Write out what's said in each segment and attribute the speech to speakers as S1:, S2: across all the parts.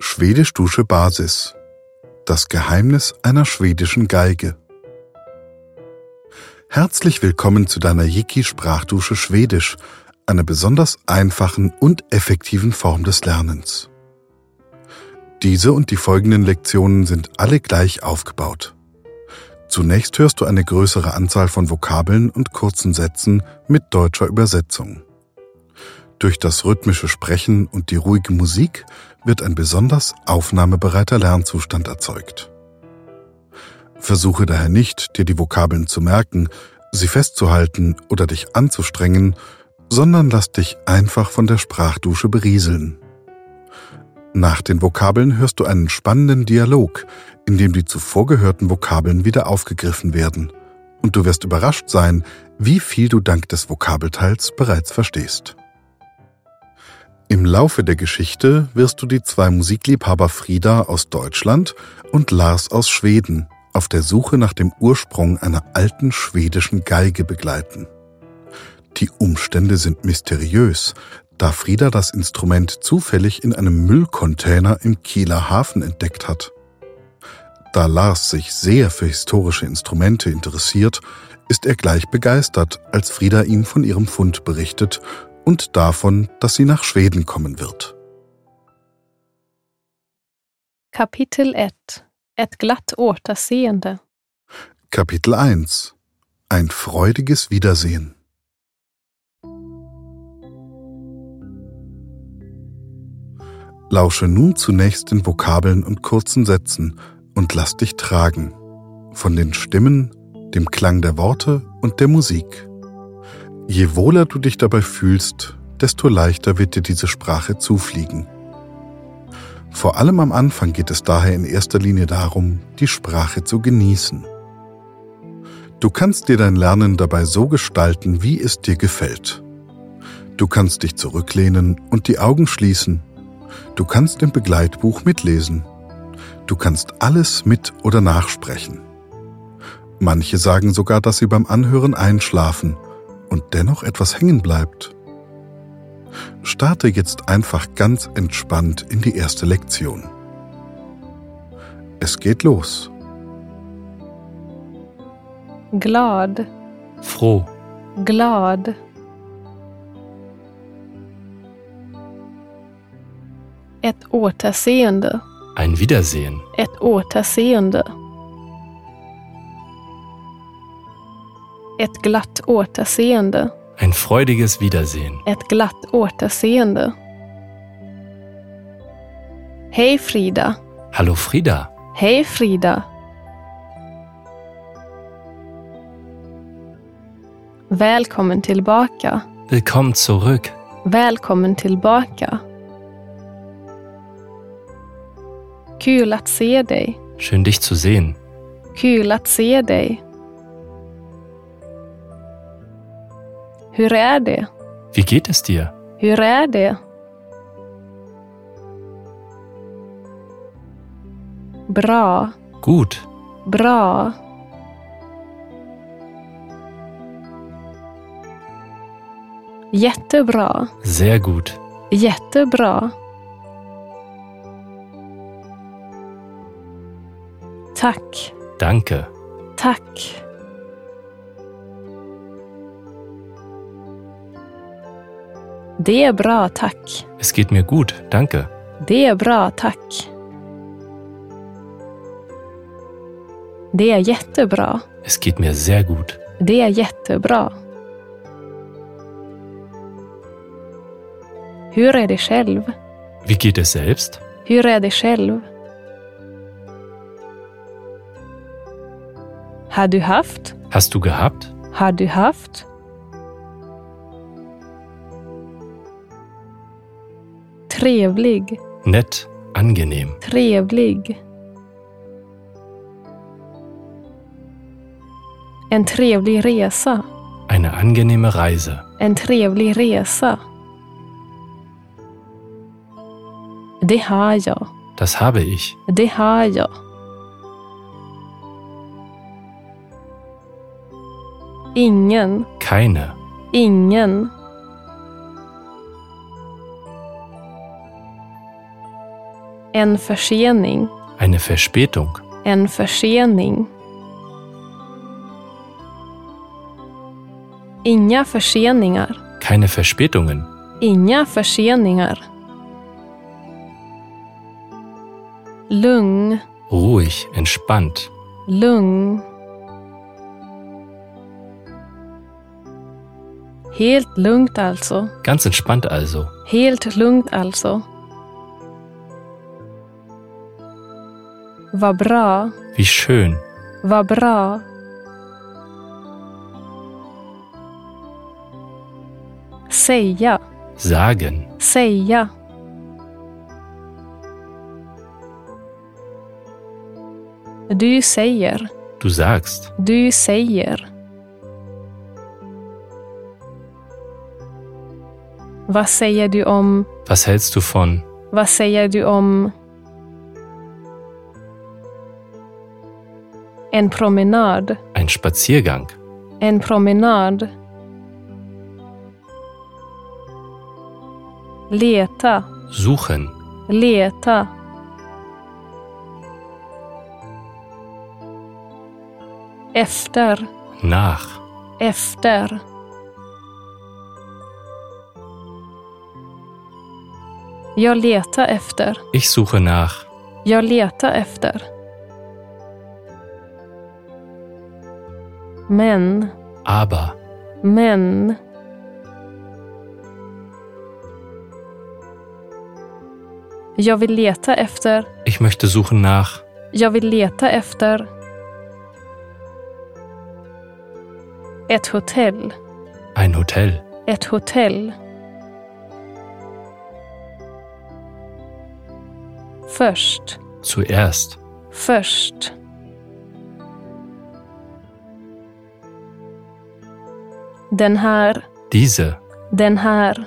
S1: Schwedisch-Dusche Basis. Das Geheimnis einer schwedischen Geige. Herzlich willkommen zu deiner Jiki-Sprachdusche Schwedisch, einer besonders einfachen und effektiven Form des Lernens. Diese und die folgenden Lektionen sind alle gleich aufgebaut. Zunächst hörst du eine größere Anzahl von Vokabeln und kurzen Sätzen mit deutscher Übersetzung. Durch das rhythmische Sprechen und die ruhige Musik wird ein besonders aufnahmebereiter Lernzustand erzeugt. Versuche daher nicht, dir die Vokabeln zu merken, sie festzuhalten oder dich anzustrengen, sondern lass dich einfach von der Sprachdusche berieseln. Nach den Vokabeln hörst du einen spannenden Dialog, in dem die zuvor gehörten Vokabeln wieder aufgegriffen werden, und du wirst überrascht sein, wie viel du dank des Vokabelteils bereits verstehst. Im Laufe der Geschichte wirst du die zwei Musikliebhaber Frida aus Deutschland und Lars aus Schweden auf der Suche nach dem Ursprung einer alten schwedischen Geige begleiten. Die Umstände sind mysteriös, da Frida das Instrument zufällig in einem Müllcontainer im Kieler Hafen entdeckt hat. Da Lars sich sehr für historische Instrumente interessiert, ist er gleich begeistert, als Frida ihm von ihrem Fund berichtet und davon, dass sie nach Schweden kommen wird.
S2: Kapitel 1 Ett glatt återseende.
S1: Kapitel 1 Ein freudiges Wiedersehen. Lausche nun zunächst den Vokabeln und kurzen Sätzen und lass dich tragen. Von den Stimmen, dem Klang der Worte und der Musik. Je wohler du dich dabei fühlst, desto leichter wird dir diese Sprache zufliegen. Vor allem am Anfang geht es daher in erster Linie darum, die Sprache zu genießen. Du kannst dir dein Lernen dabei so gestalten, wie es dir gefällt. Du kannst dich zurücklehnen und die Augen schließen. Du kannst im Begleitbuch mitlesen. Du kannst alles mit oder nachsprechen. Manche sagen sogar, dass sie beim Anhören einschlafen und dennoch etwas hängen bleibt. Starte jetzt einfach ganz entspannt in die erste Lektion. Es geht los.
S2: Glad,
S3: Froh.
S2: glad, ett återseende,
S3: Ein Wiedersehen.
S2: ett återseende. Ett glatt återseende,
S3: Ein freudiges Wiedersehen.
S2: ett glatt återseende. Hej Frida,
S3: Hallo Frieda.
S2: hej Frida. Välkommen tillbaka.
S3: Willkommen zurück.
S2: Välkommen tillbaka. Kul att se dig.
S3: Schön dich zu sehen.
S2: Kul att se dig. Hur är det?
S3: Wie geht es dir?
S2: Hur är det? Bra,
S3: Gut.
S2: bra. Jättebra.
S3: Sehr gut.
S2: Jättebra. Tack,
S3: Danke.
S2: tack. Det är bra, tack.
S3: Es geht mir gut. Danke.
S2: Det är bra, tack. Det är jättebra.
S3: Es geht mir sehr gut.
S2: Det är jättebra. Hur är det själv?
S3: Wie geht es selbst?
S2: Hur är det själv? Har du haft?
S3: Hast du gehabt?
S2: Har du haft? Trevlig,
S3: Nett. Angenehm.
S2: trevlig. En trevlig resa,
S3: Eine angenehme Reise.
S2: en trevlig resa. Det har jag.
S3: Das habe ich.
S2: Det har jag. Ingen,
S3: Keine.
S2: ingen. En försening.
S3: Eine Verspätung.
S2: En försening. Inga förseningar.
S3: Keine Verspätungen.
S2: Inga förseningar. Lugn.
S3: Ruhig, entspannt.
S2: Lugn. Helt lugnt alltså.
S3: Ganz entspannt also.
S2: Helt lugnt alltså. Vad bra.
S3: Wie schön.
S2: Vad bra. Säga,
S3: Sagen.
S2: säga. Du säger,
S3: Du sagst.
S2: du säger. Vad säger du om,
S3: Was hältst du von?
S2: vad säger du om? En promenad.
S3: Ein Spaziergang.
S2: En promenad. Leta,
S3: Suchen.
S2: leta. Efter,
S3: Nach.
S2: efter. Jag letar efter,
S3: Ich suche nach.
S2: jag letar efter. Men,
S3: Aber.
S2: Men. Jag vill leta efter,
S3: Ich möchte suchen nach.
S2: jag vill leta efter. Ett hotell,
S3: Ein Hotel.
S2: ett hotell. Först,
S3: Zuerst.
S2: först. Den här,
S3: Diese.
S2: den här.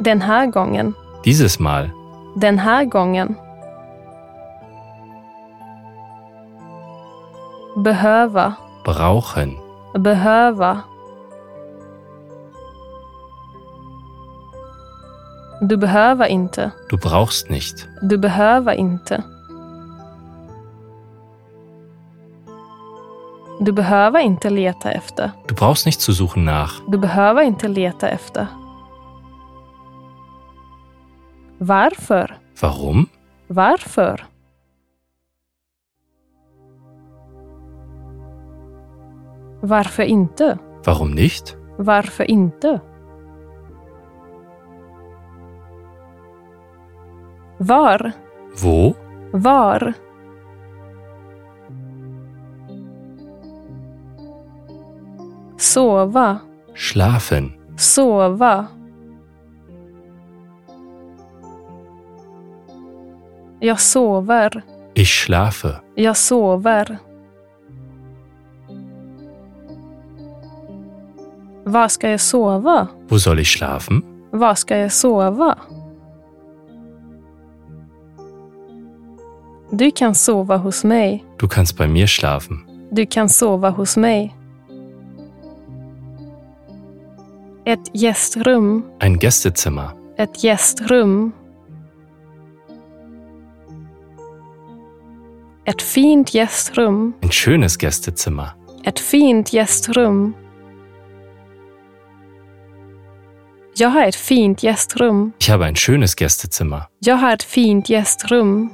S2: Den här gången,
S3: Dieses Mal.
S2: den här gången. Behöva,
S3: Brauchen.
S2: behöva. Du behöver inte,
S3: Du brauchst nicht.
S2: du behöver inte. Du behöver inte leta efter.
S3: Du brauchst nicht zu suchen nach.
S2: Du behöver inte leta efter. Varför?
S3: Warum?
S2: Varför? Varför inte?
S3: Warum nicht?
S2: Varför inte? Var?
S3: Wo?
S2: Var? Sova.
S3: Schlafen.
S2: Sova. Jag sover.
S3: Ich schlafe.
S2: Jag sover. Var ska jag sova?
S3: Wo soll ich schlafen?
S2: Var ska jag sova? Du kan sova hos mig.
S3: Du kannst bei mir schlafen.
S2: Du kan sova hos mig. Ett gästrum.
S3: Ein Gästezimmer.
S2: Ett gästrum. Ett fint gästrum.
S3: Ein schönes Gästezimmer.
S2: Ett fint gästrum. Jag har ett fint gästrum.
S3: Ich habe ein schönes Gästezimmer.
S2: Jag har ett fint gästrum.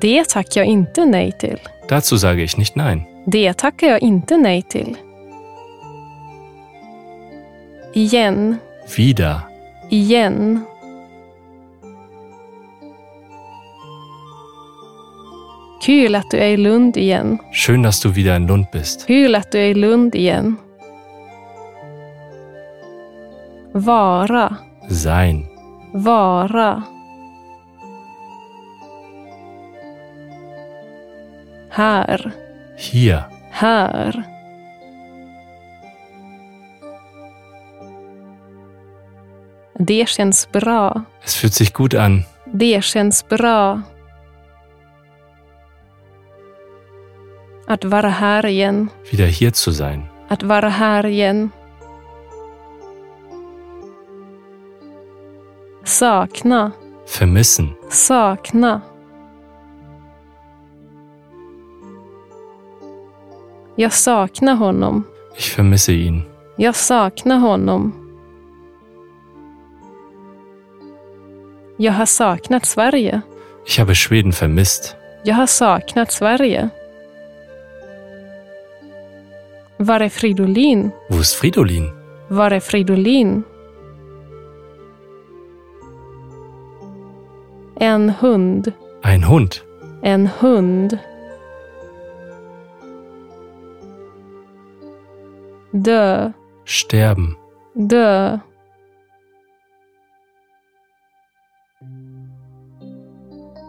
S2: Det tackar jag inte nej till.
S3: Dazu sage ich nicht nein.
S2: Det tackar jag inte nej till. Igen,
S3: Wieder.
S2: igen. Kul att du är i Lund igen.
S3: Schön, dass du wieder in Lund bist.
S2: Kul att du är i Lund igen. Vara.
S3: Sein.
S2: Vara. Här,
S3: Hier.
S2: här. Det känns bra.
S3: Es fühlt sich gut an.
S2: Det känns bra. Att vara här igen.
S3: Wieder hier zu sein.
S2: Att vara här igen. sakna,
S3: Vermissen.
S2: sakna. Jag saknar honom.
S3: Ich vermisse ihn.
S2: Jag saknar honom. Jag har saknat Sverige.
S3: Ich habe Schweden vermisst.
S2: Jag har saknat Sverige. Var är Fridolin?
S3: Wo ist Fridolin?
S2: Var är Fridolin? En hund,
S3: Ein Hund.
S2: en hund. Dö,
S3: Sterben.
S2: dö.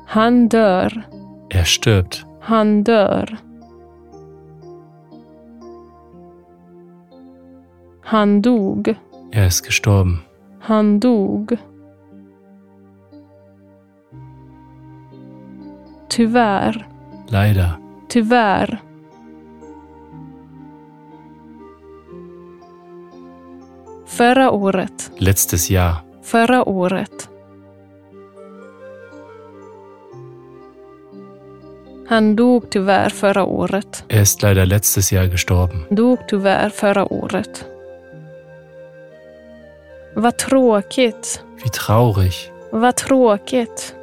S2: Han dör,
S3: Er stirbt.
S2: han dör. Han dog.
S3: Er ist gestorben.
S2: Han dog. Tyvärr,
S3: Leider.
S2: tyvärr. Förra året,
S3: Letztes Jahr.
S2: förra året. Han dog tyvärr förra året.
S3: Er ist leider letztes Jahr gestorben.
S2: Dog tyvärr förra året. Vad tråkigt.
S3: Wie traurig.
S2: Vad tråkigt.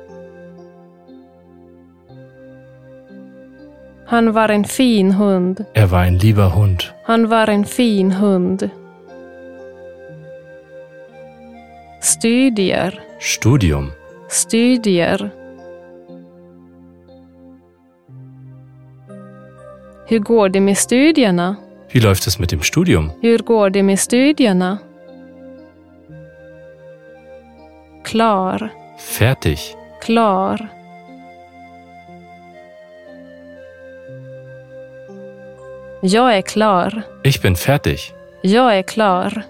S2: Han var en fin hund.
S3: Er war ein lieber Hund.
S2: Han var en fin hund. Studier,
S3: Studium.
S2: studier. Hur går det med studierna?
S3: Wie läuft es mit dem Studium?
S2: Hur går det med studierna? Klar.
S3: Fertig.
S2: klar. Jag är klar.
S3: Ich bin fertig.
S2: Jag är klar.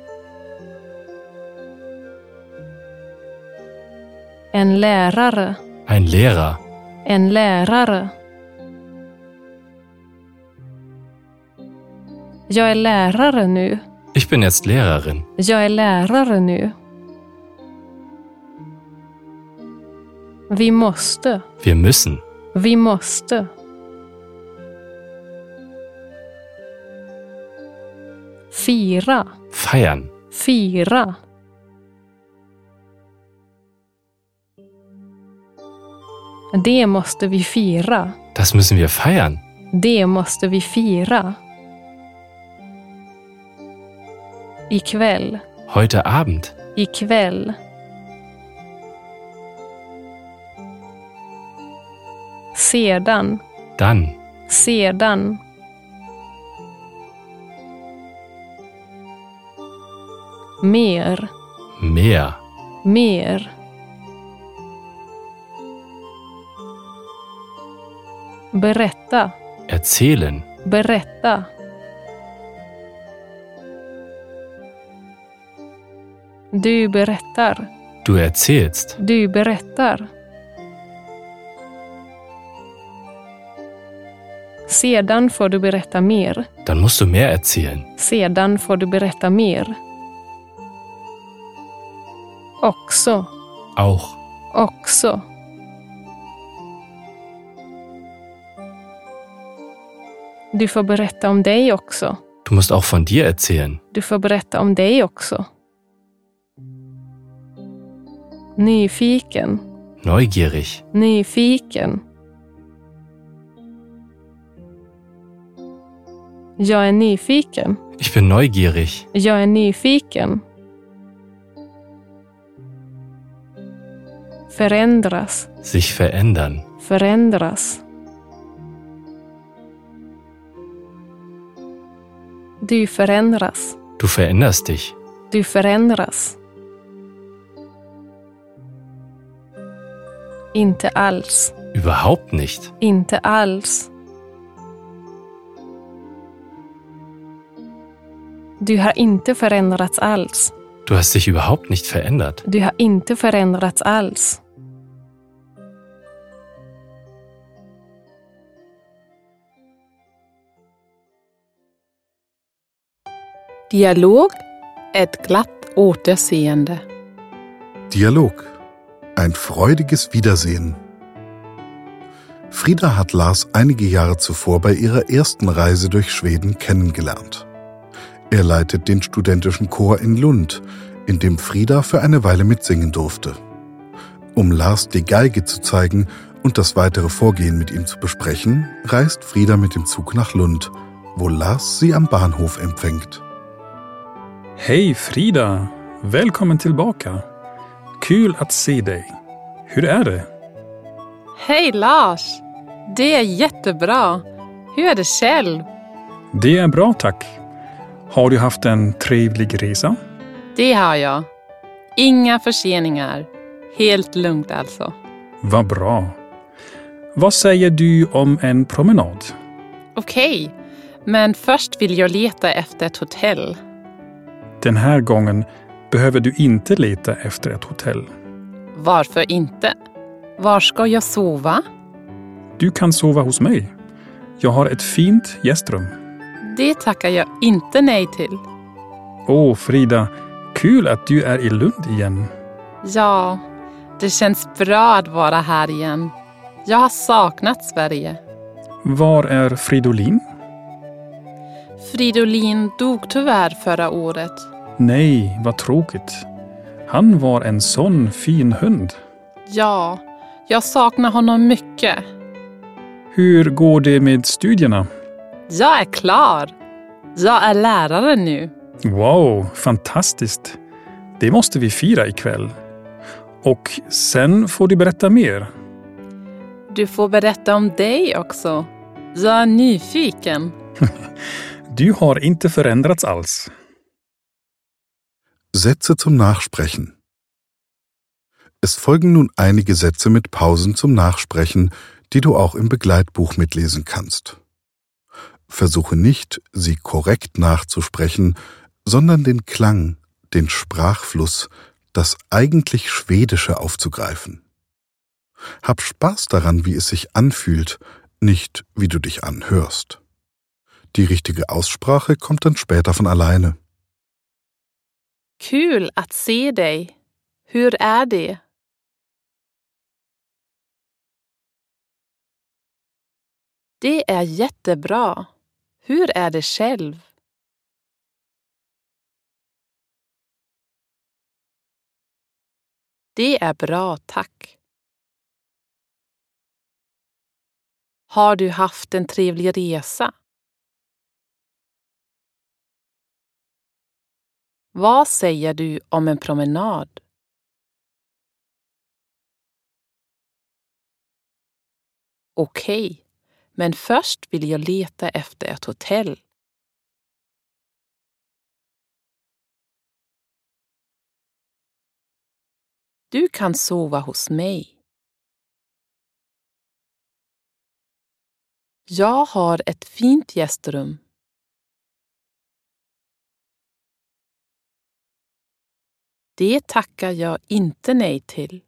S2: En lärare.
S3: Ein Lehrer.
S2: En lärare. Jag är lärare nu.
S3: Ich bin jetzt Lehrerin.
S2: Jag är lärare nu. Vi måste.
S3: Wir müssen.
S2: Vi måste. Fira,
S3: Feiern.
S2: fira. Det måste vi fira.
S3: Das müssen wir feiern.
S2: Det måste vi fira. Ikväll,
S3: Heute Abend.
S2: ikväll. Sedan,
S3: Dann.
S2: sedan. Mer,
S3: Mehr.
S2: mer. Berätta,
S3: Erzählen.
S2: berätta. Du berättar,
S3: Du erzählst.
S2: du berättar. Sedan får du berätta mer.
S3: Dann musst du mehr erzählen.
S2: Sedan får du berätta mer. Också,
S3: Auch.
S2: också. Du får berätta om dig också.
S3: Du musst auch von dir erzählen.
S2: Du får berätta om dig också. Nyfiken,
S3: Neugierig.
S2: nyfiken. Jag är nyfiken.
S3: Ich bin neugierig.
S2: Jag är nyfiken. Förändras,
S3: Sich verändern.
S2: förändras. Du förändras,
S3: Du veränderst dich.
S2: du förändras. Inte alls,
S3: Überhaupt nicht.
S2: inte alls. Du har inte förändrats alls.
S3: Du hast dich überhaupt nicht verändert.
S2: Du har inte förändrats alls.
S4: Dialog, ett glatt återseende.
S1: Dialog. Ein freudiges Wiedersehen. Frieda hat Lars einige Jahre zuvor bei ihrer ersten Reise durch Schweden kennengelernt. Er leitet den studentischen Chor in Lund, in dem Frieda für eine Weile mitsingen durfte. Um Lars die Geige zu zeigen und das weitere Vorgehen mit ihm zu besprechen, reist Frieda mit dem Zug nach Lund, wo Lars sie am Bahnhof empfängt.
S4: Hej Frida! Välkommen tillbaka! Kul att se dig! Hur är det?
S5: Hej Lars! Det är jättebra. Hur är det själv?
S4: Det är bra tack. Har du haft en trevlig resa?
S5: Det har jag. Inga förseningar. Helt lugnt alltså.
S4: Vad bra. Vad säger du om en promenad?
S5: Okej, men först vill jag leta efter ett hotell.
S4: Den här gången behöver du inte leta efter ett hotell.
S5: Varför inte? Var ska jag sova?
S4: Du kan sova hos mig. Jag har ett fint gästrum.
S5: Det tackar jag inte nej till.
S4: Åh Frida, kul att du är i Lund igen.
S5: Ja, det känns bra att vara här igen. Jag har saknat Sverige.
S4: Var är Fridolin?
S5: Fridolin dog tyvärr förra året.
S4: Nej, vad tråkigt. Han var en sån fin hund.
S5: Ja, jag saknar honom mycket.
S4: Hur går det med studierna?
S5: Jag är klar. Jag är lärare nu.
S4: Wow, fantastiskt. Det måste vi fira ikväll. Och sen får du berätta mer.
S5: Du får berätta om dig också. Jag är nyfiken.
S4: Du har inte förändrats alls.
S1: Sätze zum Nachsprechen. Es folgen nun einige Sätze mit Pausen zum Nachsprechen, die du auch im Begleitbuch mitlesen kannst. Versuche nicht, sie korrekt nachzusprechen, sondern den Klang, den Sprachfluss, das eigentlich Schwedische aufzugreifen. Hab Spaß daran, wie es sich anfühlt, nicht wie du dich anhörst. Die richtige Aussprache kommt dann später von alleine.
S5: Kul att se dig. Hur är det? Det är jättebra. Hur är det själv? Det är bra, tack. Har du haft en trevlig resa? Vad säger du om en promenad? Okej, men först vill jag leta efter ett hotell. Du kan sova hos mig. Jag har ett fint gästrum. Det tackar jag inte nej till.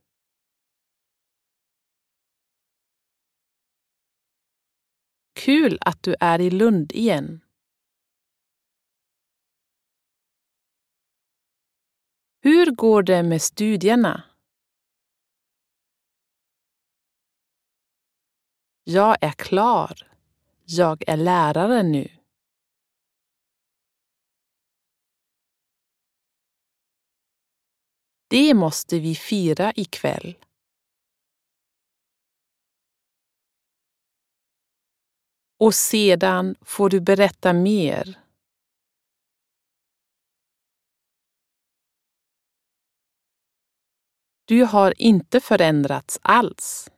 S5: Kul att du är i Lund igen. Hur går det med studierna? Jag är klar. Jag är lärare nu. Det måste vi fira ikväll. Och sedan får du berätta mer. Du har inte förändrats alls.